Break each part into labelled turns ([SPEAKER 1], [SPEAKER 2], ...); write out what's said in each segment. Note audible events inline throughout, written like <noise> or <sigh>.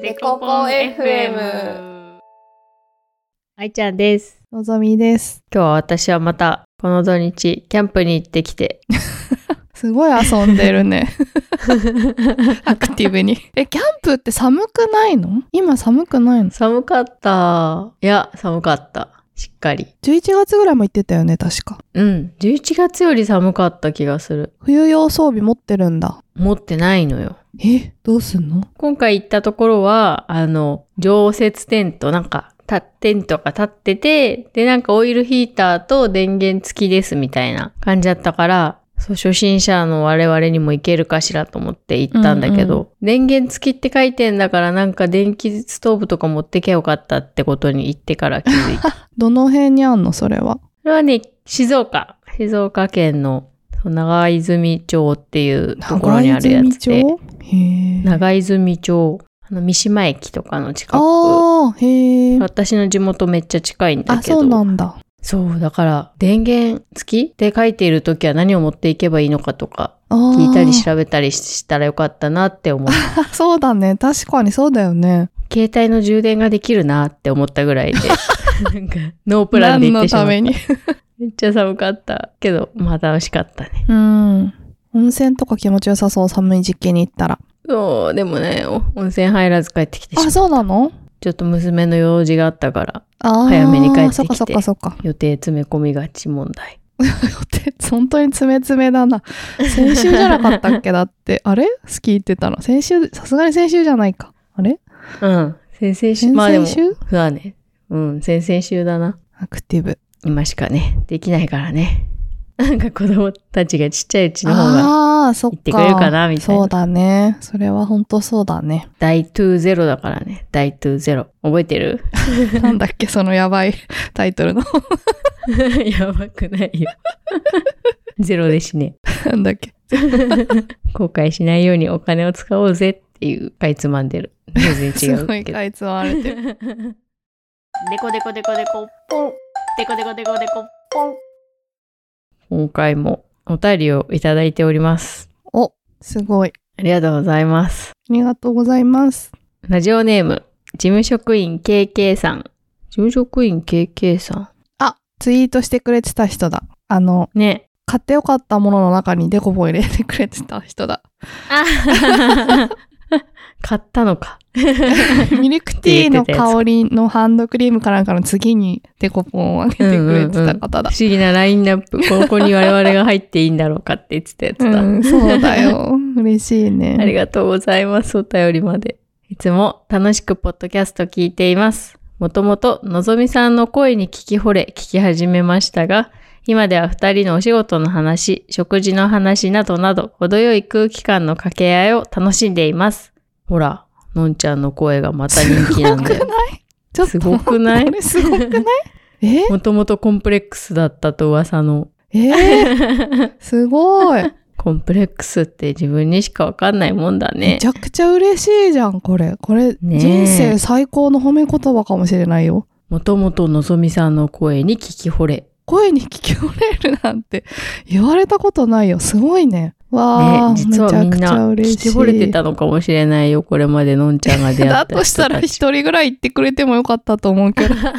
[SPEAKER 1] デコポン FM。
[SPEAKER 2] 愛ちゃんです。
[SPEAKER 3] のぞみです。
[SPEAKER 2] 今日は私はまた、この土日、キャンプに行ってきて。
[SPEAKER 3] すごい遊んで
[SPEAKER 2] <laughs>
[SPEAKER 3] るね。アクティブに。え、キャンプって寒くないの今寒くないの
[SPEAKER 2] 寒かった。いや、寒かった。しっかり。
[SPEAKER 3] ?11 月ぐらいも行ってたよね、確か。
[SPEAKER 2] うん。11月より寒かった気がする。
[SPEAKER 3] 冬用装備持ってるんだ。
[SPEAKER 2] 持ってないのよ。
[SPEAKER 3] え、どうすんの
[SPEAKER 2] 今回行ったところは、あの、常設テント、なんか、たテントが立ってて、で、なんかオイルヒーターと電源付きですみたいな感じだったから、そう、初心者の我々にも行けるかしらと思って行ったんだけど、
[SPEAKER 3] うんう
[SPEAKER 2] 電源付きって書いてんだから、なんか電気ストーブとか持ってきゃよかったってことに行ってから気づい
[SPEAKER 3] <laughs>
[SPEAKER 2] た。
[SPEAKER 3] どの辺にあんのそれは。
[SPEAKER 2] それはね、静岡、静岡県のそう長泉町っていうところにあるやつで。
[SPEAKER 3] 長泉町へえ。
[SPEAKER 2] 長泉町、あの、三島駅とかの近く。
[SPEAKER 3] あー、へえ。
[SPEAKER 2] 私の地元めっちゃ近いんだ
[SPEAKER 3] あ、
[SPEAKER 2] けど。
[SPEAKER 3] そうなんだ。
[SPEAKER 2] そうだから、電源付きって書いている時は何を持っていけばいいのかとか、聞
[SPEAKER 3] 聞
[SPEAKER 2] いたり調べたりしたらよかったなって思う。
[SPEAKER 3] <laughs> そうだね。確かにそうだよね。
[SPEAKER 2] 携帯の充電ができるなって思ったぐらい
[SPEAKER 3] <laughs>
[SPEAKER 2] で。なんか、ノープランで行ってしまった。
[SPEAKER 3] 何のた
[SPEAKER 2] めっちゃ寒かった。けど、まあ楽しかったね。
[SPEAKER 3] めに。うん。温泉とか気持ちよさそう、寒い時期に行ったら。
[SPEAKER 2] そう、でもね、お温泉入らず帰ってきてしま
[SPEAKER 3] あ、
[SPEAKER 2] う
[SPEAKER 3] そうなの
[SPEAKER 2] ちょっと娘の用事があったから、
[SPEAKER 3] あー
[SPEAKER 2] 早めに帰ってきて
[SPEAKER 3] そっかそっかそっか。 <laughs>
[SPEAKER 2] 予定詰め込みがち問題。
[SPEAKER 3] って本当に詰め詰めだな。先週じゃなかったっけだって。 <laughs> あれスキー行ってたの。先週、さすがに先週じゃないか。あれ
[SPEAKER 2] うん。先々週。
[SPEAKER 3] 先
[SPEAKER 2] まあで
[SPEAKER 3] 々
[SPEAKER 2] も、
[SPEAKER 3] 週、
[SPEAKER 2] そうだね。うん、先々週だな。
[SPEAKER 3] アクティブ。
[SPEAKER 2] 今しかね、できないからね。 <laughs> なんか子供たちがちっちゃいうちの方が
[SPEAKER 3] ああー、そっか。
[SPEAKER 2] 行ってくれるかなみたいな
[SPEAKER 3] そうだね。それは本当そうだね。 <laughs>
[SPEAKER 2] 大20だからね。大20。覚えてる
[SPEAKER 3] なんだっけ、そのやばい <laughs> タイトルの。
[SPEAKER 2] <laughs> やばくないよ。 <laughs> ゼロですね。
[SPEAKER 3] なんだっけ。
[SPEAKER 2] 後悔しないようにお金を使おうぜっていうかいつまんでる。全 <laughs> 然違
[SPEAKER 3] す
[SPEAKER 2] う
[SPEAKER 3] ごい
[SPEAKER 2] けど。
[SPEAKER 3] かいつまれてる。
[SPEAKER 2] <laughs>
[SPEAKER 1] デコデコデコデコポン。デコデコデコデコポン。
[SPEAKER 2] 今回もお便りをいただいております。
[SPEAKER 3] お、すごい。
[SPEAKER 2] ありがとうございます。
[SPEAKER 3] ありがとうございます。
[SPEAKER 2] ラジオネーム、事務職員 KK さん。事務職員 KK さ
[SPEAKER 3] あ、ツイートしてくれてた人だ。あの、
[SPEAKER 2] ん。ね。
[SPEAKER 3] 買ってよかったものの中にデコボン入れてくれてた人だ。
[SPEAKER 2] <laughs> 買ったのか。
[SPEAKER 3] <laughs> ミルクティーの香りのハンドクリームかなんかの次にデコポンをあげてくれてた方だ
[SPEAKER 2] 不。思議なラインナップ。ここに我々が入っていいんだろうかって言ってたやつ
[SPEAKER 3] う
[SPEAKER 2] だ。
[SPEAKER 3] ん、そうだよ。
[SPEAKER 2] <laughs>
[SPEAKER 3] 嬉しいね。
[SPEAKER 2] ありがとうございます。お便りまで。いつも楽しくポッドキャスト聞いています。もともとのぞみさんの声に聞き惚れ、聞き始めましたが、今では二人のお仕事の話、食事の話などなど、程よい空気感の掛け合いを楽しんでいます。ほら、のんちゃんの声がまた人気なんだ <laughs> よ。
[SPEAKER 3] ちょっと
[SPEAKER 2] すごくない
[SPEAKER 3] これすごくない <laughs>
[SPEAKER 2] <laughs>
[SPEAKER 3] え
[SPEAKER 2] もともとコンプレックスだったと噂の。
[SPEAKER 3] え
[SPEAKER 2] <laughs>
[SPEAKER 3] ー、すごい。
[SPEAKER 2] コンプレックスって自分にしかわかんないもんだね
[SPEAKER 3] めち。ゃくちゃ嬉しいじゃん、これ。これ、
[SPEAKER 2] ねえ
[SPEAKER 3] 人生最高の褒め言葉かもしれないよ。
[SPEAKER 2] もともとのぞみさんの声に聞き惚れ、
[SPEAKER 3] 声に聞き惚れるなんて言われたことないよ。すごいね。わ
[SPEAKER 2] ね
[SPEAKER 3] あ、、
[SPEAKER 2] 実はみん
[SPEAKER 3] めちゃくちゃ
[SPEAKER 2] な
[SPEAKER 3] 嬉
[SPEAKER 2] 聞
[SPEAKER 3] しい。
[SPEAKER 2] き惚れてたのかもしれないよ、これまでのんちゃんが出会
[SPEAKER 3] だ
[SPEAKER 2] った人たち。
[SPEAKER 3] としたら一人ぐらい言ってくれてもよかったと思うけ
[SPEAKER 2] <laughs>
[SPEAKER 3] ど
[SPEAKER 2] 確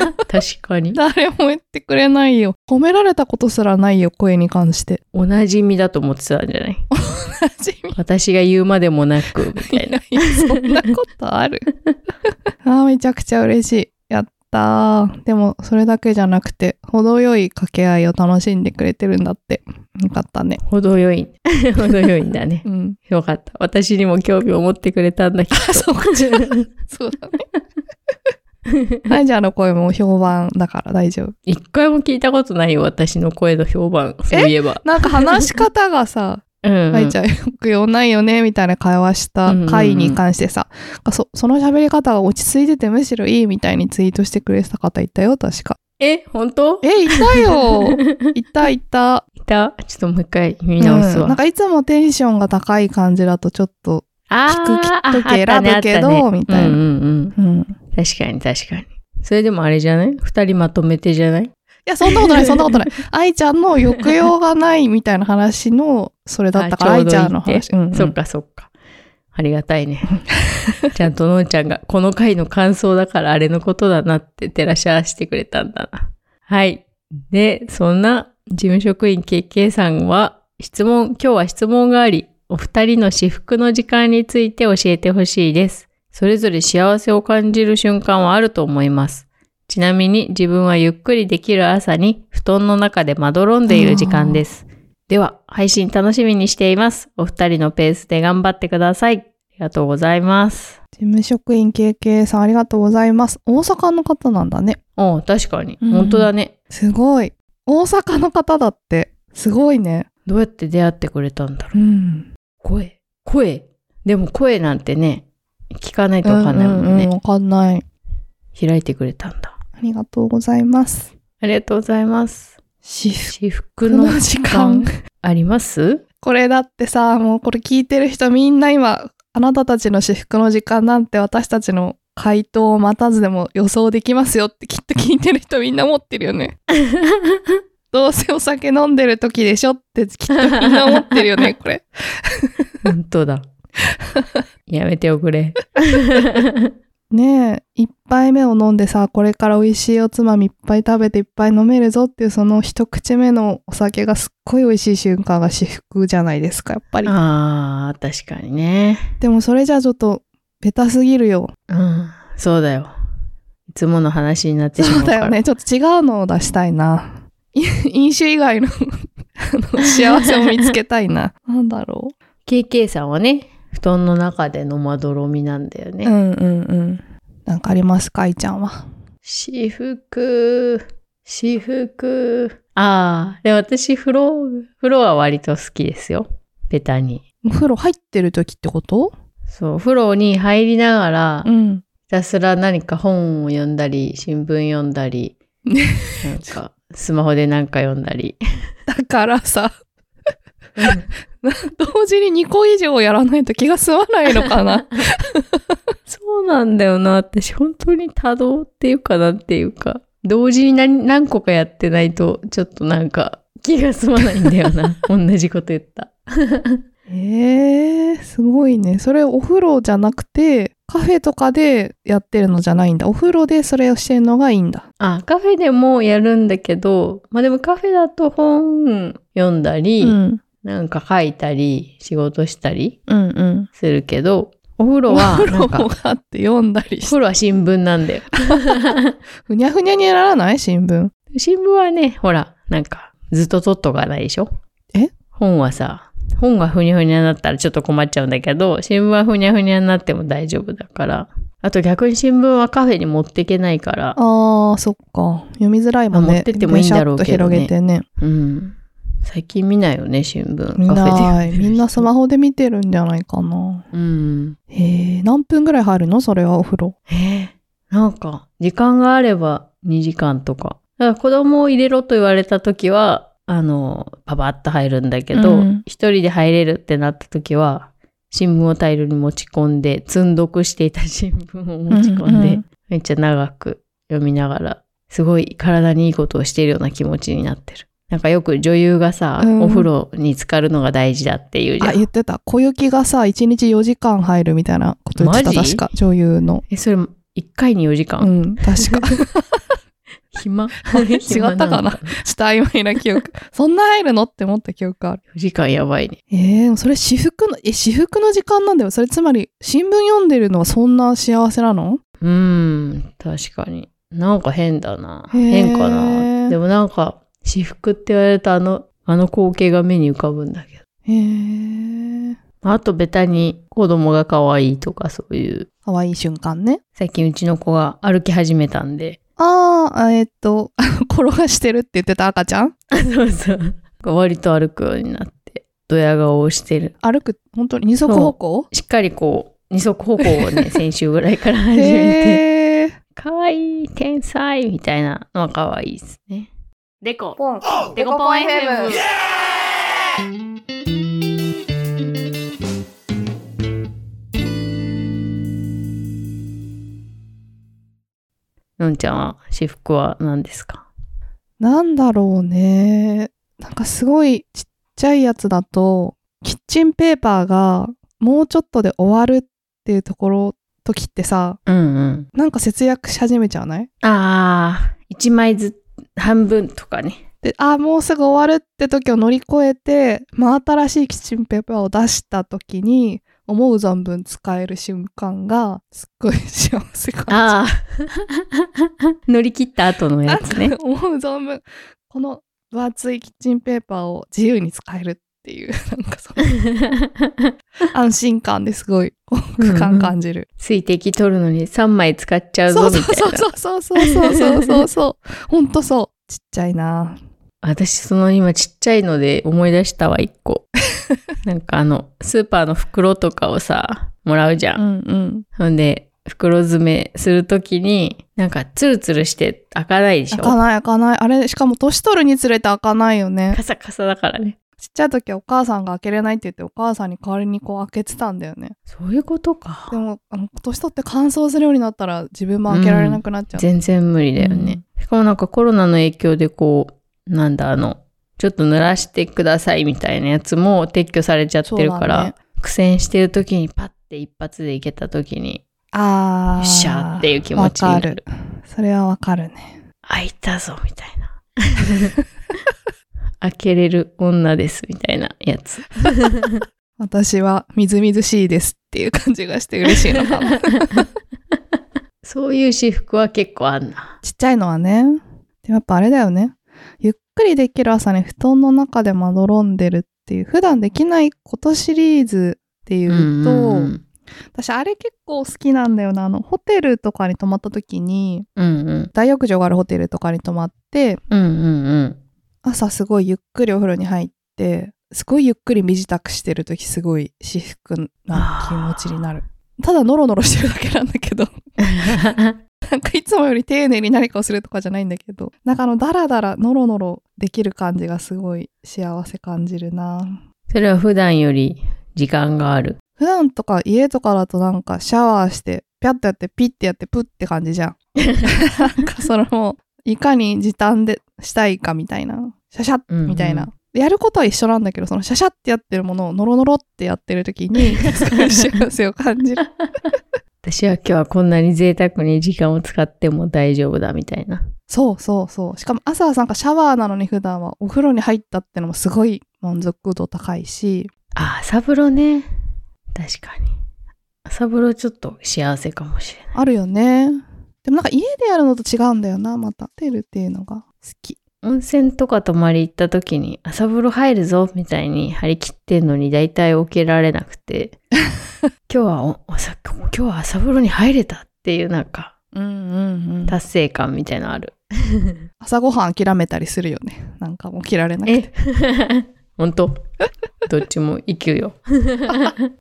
[SPEAKER 2] かに。
[SPEAKER 3] 誰も言ってくれないよ褒められたことすらないよ声に関して
[SPEAKER 2] おなじみだと思ってたんじゃない
[SPEAKER 3] 馴染
[SPEAKER 2] 私が言うまでもなく、みた
[SPEAKER 3] み
[SPEAKER 2] いな。
[SPEAKER 3] ないよ <laughs> そんなことある <laughs> あーめちゃくちゃ嬉しいやったーでもそれだけじゃなくて程よい掛け合いを楽しんでくれてるんだってよかったね
[SPEAKER 2] 程よい。程よいんだね。
[SPEAKER 3] うん
[SPEAKER 2] よかった。私にも興味を持ってくれたんだけど。
[SPEAKER 3] そうかそうだ <laughs> ねナイジャーの声も評判だから大丈夫
[SPEAKER 2] <laughs> 一回も聞いたことないよ、私の声の評判。そういえば。
[SPEAKER 3] なんか話し方がさ
[SPEAKER 2] うん。
[SPEAKER 3] 愛ちゃんよ <laughs> く用ないよねみたいな会話した回に関してさ、そその喋り方が落ち着いててむしろいいみたいにツイートしてくれてた方いたよ
[SPEAKER 2] <laughs>
[SPEAKER 3] 確か
[SPEAKER 2] え、本当
[SPEAKER 3] えいたよいたいた
[SPEAKER 2] <laughs> いたちょっともう一回見直すわ。
[SPEAKER 3] うんなんかいつもテンションが高い感じだとちょっと
[SPEAKER 2] あー
[SPEAKER 3] 聞く聞く時
[SPEAKER 2] ああったね
[SPEAKER 3] 選ぶけど
[SPEAKER 2] あったね
[SPEAKER 3] みたいな
[SPEAKER 2] うんうんうん。
[SPEAKER 3] うん
[SPEAKER 2] 確かに確かに。それでもあれじゃない二人まとめてじゃない
[SPEAKER 3] いやそんなことないそん <laughs> なことない愛ちゃんの抑揚がないみたいな話のそれだったから
[SPEAKER 2] あちょ
[SPEAKER 3] 愛
[SPEAKER 2] うどいい
[SPEAKER 3] ちゃんの話うんうん
[SPEAKER 2] そっかそっか。ありがたいね。 <laughs> ちゃんとのんちゃんが、この回の感想だからあれのことだなって照らし合わせてくれたんだな。はい。で、そんな事務職員 KK さんは、質問、今日は質問があり、お二人の至福の時間について教えてほしいです。それぞれ幸せを感じる瞬間はあると思います。ちなみに自分はゆっくりできる朝に布団の中でまどろんでいる時間です。では、配信楽しみにしています。お二人のペースで頑張ってください。ありがとうございます。
[SPEAKER 3] 事務職員 KK さんありがとうございます。大阪の方なんだね。
[SPEAKER 2] おう確かに。
[SPEAKER 3] うん
[SPEAKER 2] 本当だね。
[SPEAKER 3] すごい。大阪の方だって、すごいね。
[SPEAKER 2] どうやって出会ってくれたんだろう。
[SPEAKER 3] うん。
[SPEAKER 2] 声。声。でも声なんてね、聞かないとわかんないもんね。
[SPEAKER 3] ううわかんない。
[SPEAKER 2] 開いてくれたんだ。
[SPEAKER 3] ありがとうございます。
[SPEAKER 2] ありがとうございます。
[SPEAKER 3] 私
[SPEAKER 2] 私服の
[SPEAKER 3] の
[SPEAKER 2] 時
[SPEAKER 3] 時
[SPEAKER 2] 間
[SPEAKER 3] 間
[SPEAKER 2] あり
[SPEAKER 3] <laughs>
[SPEAKER 2] ます
[SPEAKER 3] これだってさ、もうこれ聞いてる人みんな今、あなたたちの私服の時間なんて私たちの回答を待たずでも予想できますよってきっと聞いてる人みんな持ってるよね。どうせお酒飲んでる時でしょってきっとみんな思ってるよね、これ。
[SPEAKER 2] 本当だ。やめておく
[SPEAKER 3] <laughs>
[SPEAKER 2] れ。
[SPEAKER 3] ねえ、一杯目を飲んでさ、これから美味しいおつまみいっぱい食べていっぱい飲めるぞっていうその一口目のお酒がすっごい美味しい瞬間が至福じゃないですか、やっぱり。
[SPEAKER 2] ああ、確かにね。
[SPEAKER 3] でもそれじゃあちょっと、ベタすぎるよ。
[SPEAKER 2] うん、そうだよ。いつもの話になってしま
[SPEAKER 3] そうう
[SPEAKER 2] か
[SPEAKER 3] だ
[SPEAKER 2] ら。
[SPEAKER 3] よね。ちょっと違うのを出したいな。い飲酒以外のあの幸せを見つけたいな。 <laughs> なんだろ
[SPEAKER 2] KK さんはね、布団の中でのまどろみなんだよ
[SPEAKER 3] う。
[SPEAKER 2] ね。
[SPEAKER 3] うんうんうん。なんかありますか、いちゃんは。
[SPEAKER 2] 私服、私服。ああ、で、私、風呂、風呂は割と好きですよ。ベタに。
[SPEAKER 3] お風呂入ってる時ってこと
[SPEAKER 2] そう、風呂に入りながら、
[SPEAKER 3] ん。
[SPEAKER 2] ひたすら何か本を読んだり、新聞読んだ <laughs> り
[SPEAKER 3] ね、
[SPEAKER 2] なんか、スマホで何か読んだり。
[SPEAKER 3] だからさ、同時に2個以上やらないと気が済まないのかな。
[SPEAKER 2] そうなんだよな。私、本当に多動っていうかなんていうか、同時に何何個かやってないと、ちょっとなんか、気が済まないんだよ <laughs> な。同じこと言った。
[SPEAKER 3] えー、すごいね。それお風呂じゃなくて、カフェとかでやってるのじゃないんだ。お風呂でそれをしてるのがいいんだ。
[SPEAKER 2] あ、カフェでもやるんだけど、まあでもカフェだと本読んだり、
[SPEAKER 3] うん。
[SPEAKER 2] なんか書いたり、仕事したり
[SPEAKER 3] うんうん。
[SPEAKER 2] するけど、お風呂
[SPEAKER 3] お
[SPEAKER 2] は、
[SPEAKER 3] 風
[SPEAKER 2] な
[SPEAKER 3] 呂
[SPEAKER 2] んか、
[SPEAKER 3] も
[SPEAKER 2] お
[SPEAKER 3] があって読んだりして
[SPEAKER 2] 風呂は新聞なんだよ。
[SPEAKER 3] ふにゃふにゃにならない新聞。
[SPEAKER 2] 新聞はね、ほら、なんか、ずっと取っとかないでしょ
[SPEAKER 3] え
[SPEAKER 2] 本はさ、本がふにゃふにゃになったらちょっと困っちゃうんだけど、新聞はふにゃふにゃになっても大丈夫だから。あと逆に新聞はカフェに持っていけないから、
[SPEAKER 3] ああ、そっか。読みづらいもん
[SPEAKER 2] あ
[SPEAKER 3] ね。
[SPEAKER 2] 持ってってもいいんだろうけどね
[SPEAKER 3] ぐしゃっと広げてね。
[SPEAKER 2] うん。最近見ないよね、新聞。
[SPEAKER 3] 見
[SPEAKER 2] カフェ
[SPEAKER 3] な
[SPEAKER 2] で読で
[SPEAKER 3] い。
[SPEAKER 2] る人。
[SPEAKER 3] みんなスマホで見てるんじゃないかな。
[SPEAKER 2] うん。
[SPEAKER 3] へえ、何分ぐらい入るのそれはお風呂。
[SPEAKER 2] えーなんか、時間があれば2時間とか。だから子供を入れろと言われた時は、あの、パパッと入るんだけど
[SPEAKER 3] うん、
[SPEAKER 2] 一、人で入れるってなった時は、新聞を大量に持ち込んで、積んどくしていた新聞を持ち込んで、
[SPEAKER 3] うんうん
[SPEAKER 2] めっちゃ長く読みながら、すごい体にいいことをしているような気持ちになってる。なんかよく女優がさ、
[SPEAKER 3] うん
[SPEAKER 2] お風呂に浸かるのが大事だっていうじゃ
[SPEAKER 3] あ、言
[SPEAKER 2] ん。
[SPEAKER 3] ってた。小雪がさ、1日4時間入るみたいなこと言ってた。
[SPEAKER 2] マジ
[SPEAKER 3] 確か。女優の。
[SPEAKER 2] え、それ、1回に4時間、
[SPEAKER 3] うん、確か。
[SPEAKER 2] 暇
[SPEAKER 3] <laughs> 違ったか
[SPEAKER 2] 暇
[SPEAKER 3] な
[SPEAKER 2] ん
[SPEAKER 3] した曖昧な記憶。 <laughs> そんな入るのって思った記憶ある。
[SPEAKER 2] 4時間やばいね。
[SPEAKER 3] えー、でもそれ私服の、え、私服の時間なんだよ。それつまり、新聞読んでるのはそんな幸せなの
[SPEAKER 2] うーん、確かに。なんか変だな。
[SPEAKER 3] へー
[SPEAKER 2] 変かな。でもなんか、私服って言われるとあの、あの光景が目に浮かぶんだけど。
[SPEAKER 3] へえ。
[SPEAKER 2] あと、ベタに子供が可愛いとかそういう。
[SPEAKER 3] かわいい瞬間ね。
[SPEAKER 2] 最近うちの子が歩き始めたんで。
[SPEAKER 3] あーあ、えーっと、 <laughs> 転がしてるって言ってた赤ちゃん
[SPEAKER 2] そうそう。割と歩くようになって、ドヤ顔をしてる。
[SPEAKER 3] 歩く、本当に二足歩行
[SPEAKER 2] しっかりこう、二足歩行を
[SPEAKER 3] <laughs>
[SPEAKER 2] ね、先週ぐらいから始めて。
[SPEAKER 3] へえ。
[SPEAKER 2] 可愛い天才みたいなのは可愛いですね。
[SPEAKER 1] デコ
[SPEAKER 4] ポン
[SPEAKER 1] デコポン FM
[SPEAKER 2] のんちゃんは私服は何ですか
[SPEAKER 3] なんだろうね。なんかすごいちっちゃいやつだと、キッチンペーパーがもうちょっとで終わるっていうところ、時ってさ、
[SPEAKER 2] うんうん。
[SPEAKER 3] なんか節約し始めちゃわない
[SPEAKER 2] ああ、一枚ず半分とかね。
[SPEAKER 3] で、あーもうすぐ終わるって時を乗り越えて、真新しいキッチンペーパーを出した時に、思う存分使える瞬間が、すっごい幸せかも
[SPEAKER 2] ああ。 <laughs> 乗り切った後のやつね。
[SPEAKER 3] 思う存分、この分厚いキッチンペーパーを自由に使えるっていう、なんかその安心感ですごい、
[SPEAKER 2] うん
[SPEAKER 3] 空
[SPEAKER 2] う
[SPEAKER 3] 間
[SPEAKER 2] ん
[SPEAKER 3] 感じる。
[SPEAKER 2] 水滴取るのに3枚使っちゃうぞ
[SPEAKER 3] そう
[SPEAKER 2] みた
[SPEAKER 3] そ
[SPEAKER 2] いうな。
[SPEAKER 3] そうそうそうそうそうそうそう。ほんとそう。ちっちゃいな
[SPEAKER 2] 私その今ちっちゃいので思い出したわ一個 <laughs> なんかあのスーパーの袋とかをさもらうじゃん、
[SPEAKER 3] んうん。
[SPEAKER 2] ほんで袋詰めするときになんかツルツルして開かないでし
[SPEAKER 3] 開
[SPEAKER 2] ょ
[SPEAKER 3] かない開かない。あれ、しかも年取るにつれて開かないよね。
[SPEAKER 2] カサカサだからね
[SPEAKER 3] ちっちゃい時はお母さんが開けれないって言ってお母さんに代わりにこう開けてたんだよね。
[SPEAKER 2] そういうことか
[SPEAKER 3] でも、あの、年取って乾燥するようになったら自分も開けられなくなっちゃう。
[SPEAKER 2] 全然無理だよね、しかもなんかコロナの影響でこうなんだあのちょっと濡らしてくださいみたいなやつも撤去されちゃってる
[SPEAKER 3] そ
[SPEAKER 2] か
[SPEAKER 3] うだ
[SPEAKER 2] ら、
[SPEAKER 3] ね
[SPEAKER 2] 苦戦してる時にパッて一発でいけた時に
[SPEAKER 3] あー。
[SPEAKER 2] よっしゃーっていう気持ちにな
[SPEAKER 3] わ
[SPEAKER 2] る
[SPEAKER 3] かる。それはわかるね。
[SPEAKER 2] 開いたぞみたいな <laughs> 開けれる女ですみたいなやつ
[SPEAKER 3] 私はみずみずしいですっていう感じがして嬉しいのかも。
[SPEAKER 2] そういう私服は結構あんな
[SPEAKER 3] ちっちゃいのはね。でもやっぱあれだよね。ゆっくりできる朝に布団の中でまどろんでるっていう、普段できないことシリーズっていうと、
[SPEAKER 2] うん
[SPEAKER 3] 私あれ結構好きなんだよな。あの、ホテルとかに泊まった時に、
[SPEAKER 2] うんうん
[SPEAKER 3] 大浴場があるホテルとかに泊まって、
[SPEAKER 2] うんうんうん
[SPEAKER 3] 朝すごいゆっくりお風呂に入って、すごいゆっくり身支度してる時すごい至福な気持ちになる。ただノロノロしてるだけなんだけど。なんかいつもより丁寧に何かをするとかじゃないんだけど、なんかあの、だらだら、のろのろできる感じがすごい幸せ感じるな。
[SPEAKER 2] <laughs> それは普段より時間がある
[SPEAKER 3] 普段とか家とかだとなんかシャワーして、ぴゃってやって、ピッてやって、プッって感じじ
[SPEAKER 2] <laughs>
[SPEAKER 3] ゃん。なんかそのもう、いかに時短でしたいかみたいな、シャシャッ
[SPEAKER 2] うんうん
[SPEAKER 3] みたいな。やることは一緒なんだけど、そのシャシャってやってるものをノロノロってやってる時に、 <laughs> すごい幸せを感じる。
[SPEAKER 2] 私は今日はこんなに贅沢に時間を使っても大丈夫だみたいな
[SPEAKER 3] そうそうそう。しかも朝はなんかシャワーなのに普段はお風呂に入ったってのもすごい満足度高いし、
[SPEAKER 2] あサブロね確かにサブロちょっと幸せかもしれない
[SPEAKER 3] あるよね。でもなんか家でやるのと違うんだよな、また。ホテルっていうのが好き。
[SPEAKER 2] 温泉とか泊まり行った時に朝風呂入るぞみたいに張り切ってんのに大体起きられなく <laughs> て今日はおおさ今日は朝風呂に入れたっていうなんか
[SPEAKER 3] うんうん
[SPEAKER 2] 達成感みたいのある
[SPEAKER 3] 朝ごはん諦めたりするよね。なんかもう切られなくて。
[SPEAKER 2] え <laughs> 本当どっちも生きる <laughs> よ確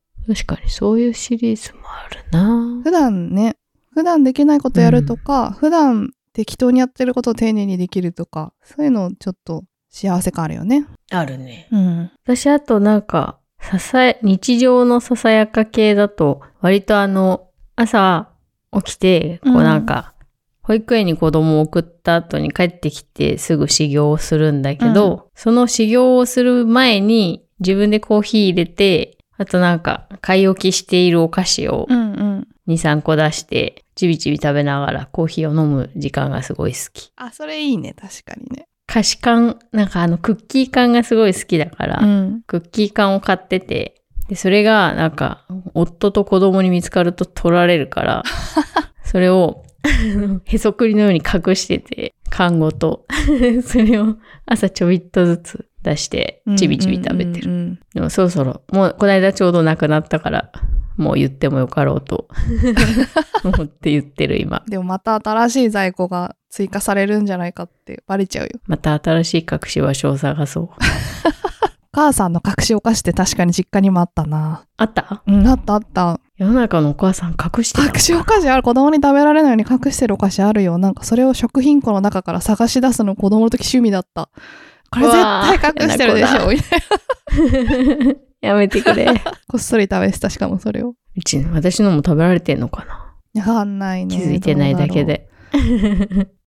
[SPEAKER 2] かにそういうシリーズもあるな
[SPEAKER 3] 普段ね、普段できないことやるとか、普段適当にやってることを丁寧にできるとか、そういうのちょっと幸せ感あるよね。
[SPEAKER 2] あるね
[SPEAKER 3] うん。
[SPEAKER 2] 私あとなんかささや日常のささやか系だと割とあの朝起きてこう
[SPEAKER 3] うん
[SPEAKER 2] なんか、保育園に子供を送った後に帰ってきてすぐ修行をするんだけど、その修行をする前に自分でコーヒー入れてあとなんか買い置きしているお菓子を
[SPEAKER 3] うんうん。
[SPEAKER 2] 23個出してちびちび食べながらコーヒーを飲む時間がすごい好き。
[SPEAKER 3] あ、それいいね。確かにね。
[SPEAKER 2] 菓子缶なんかあのクッキー缶がすごい好きだから、
[SPEAKER 3] うん。
[SPEAKER 2] クッキー缶を買ってて、で、それが、なんか、夫と子供に見つかると取られる
[SPEAKER 3] <laughs>
[SPEAKER 2] から、それを、 <laughs> へそくりのように隠してて、缶ごと。 <laughs> それを朝ちょびっとずつ出して、ちびちび食べてる。
[SPEAKER 3] うんうんうんうん
[SPEAKER 2] でもそろそろ、もう、この間ちょうどなくなったから、もう言ってもよかろう
[SPEAKER 3] <laughs>
[SPEAKER 2] と、思って言ってる今。
[SPEAKER 3] でもまた新しい在庫が追加されるんじゃないかってバレちゃうよ。
[SPEAKER 2] また新しい隠し場所を探そう。
[SPEAKER 3] お母さんの隠しお菓子って確かに実家にもあったな。
[SPEAKER 2] あった
[SPEAKER 3] うん、あったあった。
[SPEAKER 2] 世の中のお母さん隠してたの
[SPEAKER 3] 隠しお菓子ある。子供に食べられないように隠してるお菓子あるよ。なんかそれを食品庫の中から探し出すの子供の時趣味だった。これ絶対隠してるでし
[SPEAKER 2] う
[SPEAKER 3] ょ。みたいな
[SPEAKER 2] <laughs> やめてくれ。
[SPEAKER 3] <laughs> こっそり食べてた、しかもそれを。
[SPEAKER 2] うちの私のも食べられてんのかな
[SPEAKER 3] わかんないね。
[SPEAKER 2] 気づいてないだけで。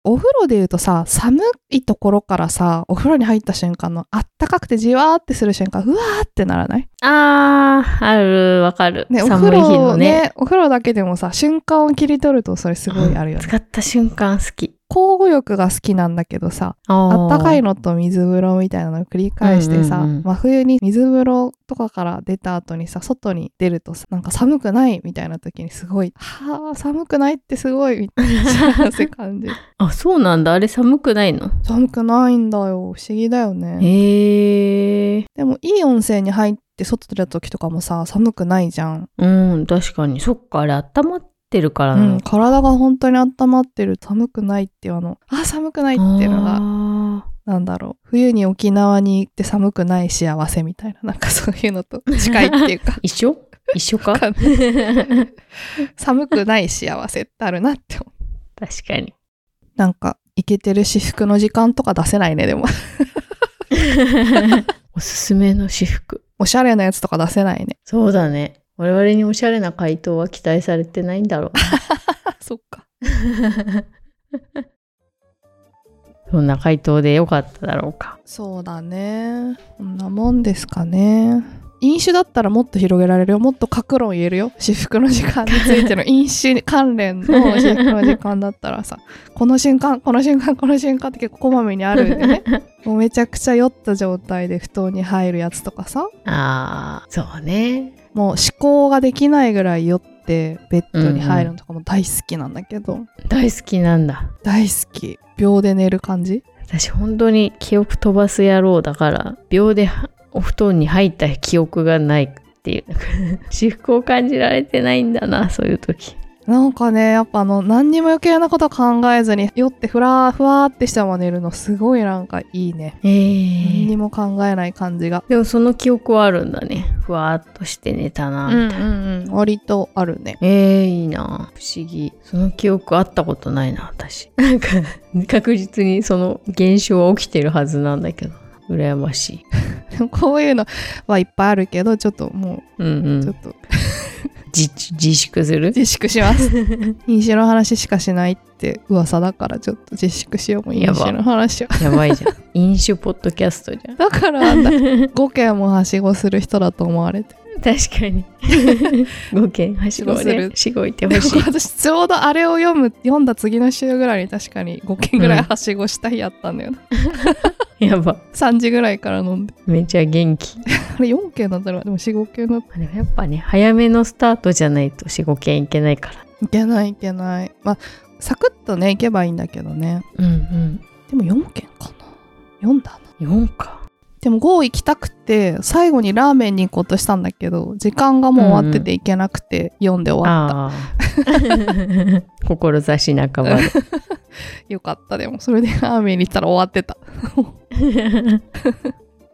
[SPEAKER 3] お風呂で言うとさ、寒いところからさ、お風呂に入った瞬間のあったかくてじわーってする瞬間、うわーってならない
[SPEAKER 2] <laughs> あー、ある、わかる。
[SPEAKER 3] ね、お
[SPEAKER 2] 寒
[SPEAKER 3] 風
[SPEAKER 2] い日
[SPEAKER 3] 呂
[SPEAKER 2] のね。
[SPEAKER 3] お風呂だけでもさ、瞬間を切り取るとそれすごいあるよね。
[SPEAKER 2] 使った瞬間好き。
[SPEAKER 3] 交互浴が好きなんだけどさ、
[SPEAKER 2] あ
[SPEAKER 3] あったかい
[SPEAKER 2] の。
[SPEAKER 3] のと水風呂みたいなのを繰り返してさ、
[SPEAKER 2] うんうんうん
[SPEAKER 3] 真冬に水風呂とかから出た後にさ外に出るとさなんか寒くないみたいな時にすごい「はあ寒くないってすごい」みたいな幸せ感じ
[SPEAKER 2] <laughs> あ、そうなんだ。あれ寒くないの
[SPEAKER 3] 寒くないんだよ不思議だよね
[SPEAKER 2] へえ。
[SPEAKER 3] でもいい温泉に入って外出た時とかもさ寒くないじゃん、
[SPEAKER 2] うん、確かに。そっか、あれ温まってるから
[SPEAKER 3] う
[SPEAKER 2] なの
[SPEAKER 3] ん、体が本当に温まってる寒くないっていうあの「あ寒くない」っていうのが
[SPEAKER 2] あ
[SPEAKER 3] なんだろう冬に沖縄に行って寒くない幸せみたいな <laughs> なんかそういうのと近いっていうか
[SPEAKER 2] ー
[SPEAKER 3] <laughs>
[SPEAKER 2] 一緒一緒か
[SPEAKER 3] わか
[SPEAKER 2] 確
[SPEAKER 3] ん
[SPEAKER 2] <laughs>
[SPEAKER 3] 寒くない幸せってあるなって思う
[SPEAKER 2] かに。
[SPEAKER 3] なんかイケてる私服の時間とか出せないねでも
[SPEAKER 2] おすすめの私服。
[SPEAKER 3] おしゃれなやつとか出せないね
[SPEAKER 2] そうだね。我々におしゃれな回答は期待されてないんだろう
[SPEAKER 3] あそっか
[SPEAKER 2] な。そんな回答でよかっただろうか。
[SPEAKER 3] そうだねこんなもんですかね飲酒だったらもっと広げられるよもっと各論言えるよ私服の時間についての飲酒関連の私服の時間だったらさこの瞬間この瞬間この瞬間って結構こまめにあるんでねもうめちゃくちゃ酔った状態で布団に入るやつとかさ
[SPEAKER 2] ああ、そうね。
[SPEAKER 3] もう思考ができないぐらい酔ってベッドに入るのとかも大好きなんだけど、
[SPEAKER 2] 大好きなんだ。
[SPEAKER 3] 大好き秒で寝る感じ
[SPEAKER 2] 私本当に記憶飛ばす野郎だから秒ではお布団に入った記憶がないっていう <laughs> 私服を感じられてないんだなそういう時
[SPEAKER 3] なんかねやっぱあの何にも余計なこと考えずに酔ってふらーふわーってしたまま寝るのすごいなんかいいね
[SPEAKER 2] え
[SPEAKER 3] 何に
[SPEAKER 2] ー、
[SPEAKER 3] も考えない感じが
[SPEAKER 2] でもその記憶はあるんだねふわーっとして寝たなみたいな、
[SPEAKER 3] うんうん割とあるね
[SPEAKER 2] えー、いいな不思議その記憶あったことないな私 <laughs> なんか確実にその現象は起きてるはずなんだけど羨ましい
[SPEAKER 3] でもこういうのはいっぱいあるけどちょっとも
[SPEAKER 2] うんう
[SPEAKER 3] うちょ
[SPEAKER 2] ん
[SPEAKER 3] っと
[SPEAKER 2] 自自粛する
[SPEAKER 3] 自粛します飲酒の話しかしないって噂だからちょっと自粛しようもう飲
[SPEAKER 2] やば
[SPEAKER 3] 酒の話は
[SPEAKER 2] やばいじゃん飲酒ポッドキャストじ <laughs> ゃん
[SPEAKER 3] だからなんだ5件もはしごする人だと思われて
[SPEAKER 2] 確か <laughs> に。ご件はしご
[SPEAKER 3] する
[SPEAKER 2] で、しごいて
[SPEAKER 3] で
[SPEAKER 2] ほ
[SPEAKER 3] も
[SPEAKER 2] しい。
[SPEAKER 3] <laughs> 私ちょうどあれを読む読んだ次の週ぐらいに確かに5件ぐらいはしごした日やったんだよな、
[SPEAKER 2] <laughs> やば。
[SPEAKER 3] 3時ぐらいから飲んで
[SPEAKER 2] めちゃ元気。
[SPEAKER 3] あれ4件だったらでも45件だった
[SPEAKER 2] でもやっぱね、早めのスタートじゃないと4、5件いけないから。
[SPEAKER 3] いけないいけないまあサクッとねいけばいいんだけどね
[SPEAKER 2] うん
[SPEAKER 3] でも4件かな読んだな
[SPEAKER 2] うん。4か。
[SPEAKER 3] でも5行きたくて最後にラーメンに行こうとしたんだけど時間がもう終わってて行けなくて読んで終わった、
[SPEAKER 2] あ <laughs> あ。志半ばで。
[SPEAKER 3] よかったでもそれでラーメンに行ったら終わ <laughs> ってた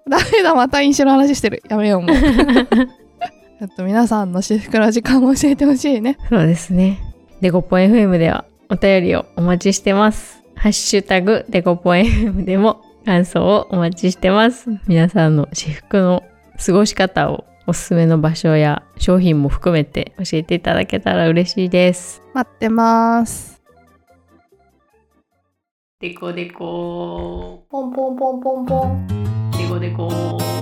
[SPEAKER 3] ダメだまた飲酒の話してるやめよう <laughs> もうちょっと皆さんの私服の時間を教えてほしいね
[SPEAKER 2] そうですね。デコポン FM ではお便りをお待ちしてます。ハッシュタグデコポン FM でも感想をお待ちしてます。皆さんの私服の過ごし方をおすすめの場所や商品も含めて教えていただけたら嬉しいです。
[SPEAKER 3] 待ってます
[SPEAKER 1] デコデコポンポンポンポンポンデコデコ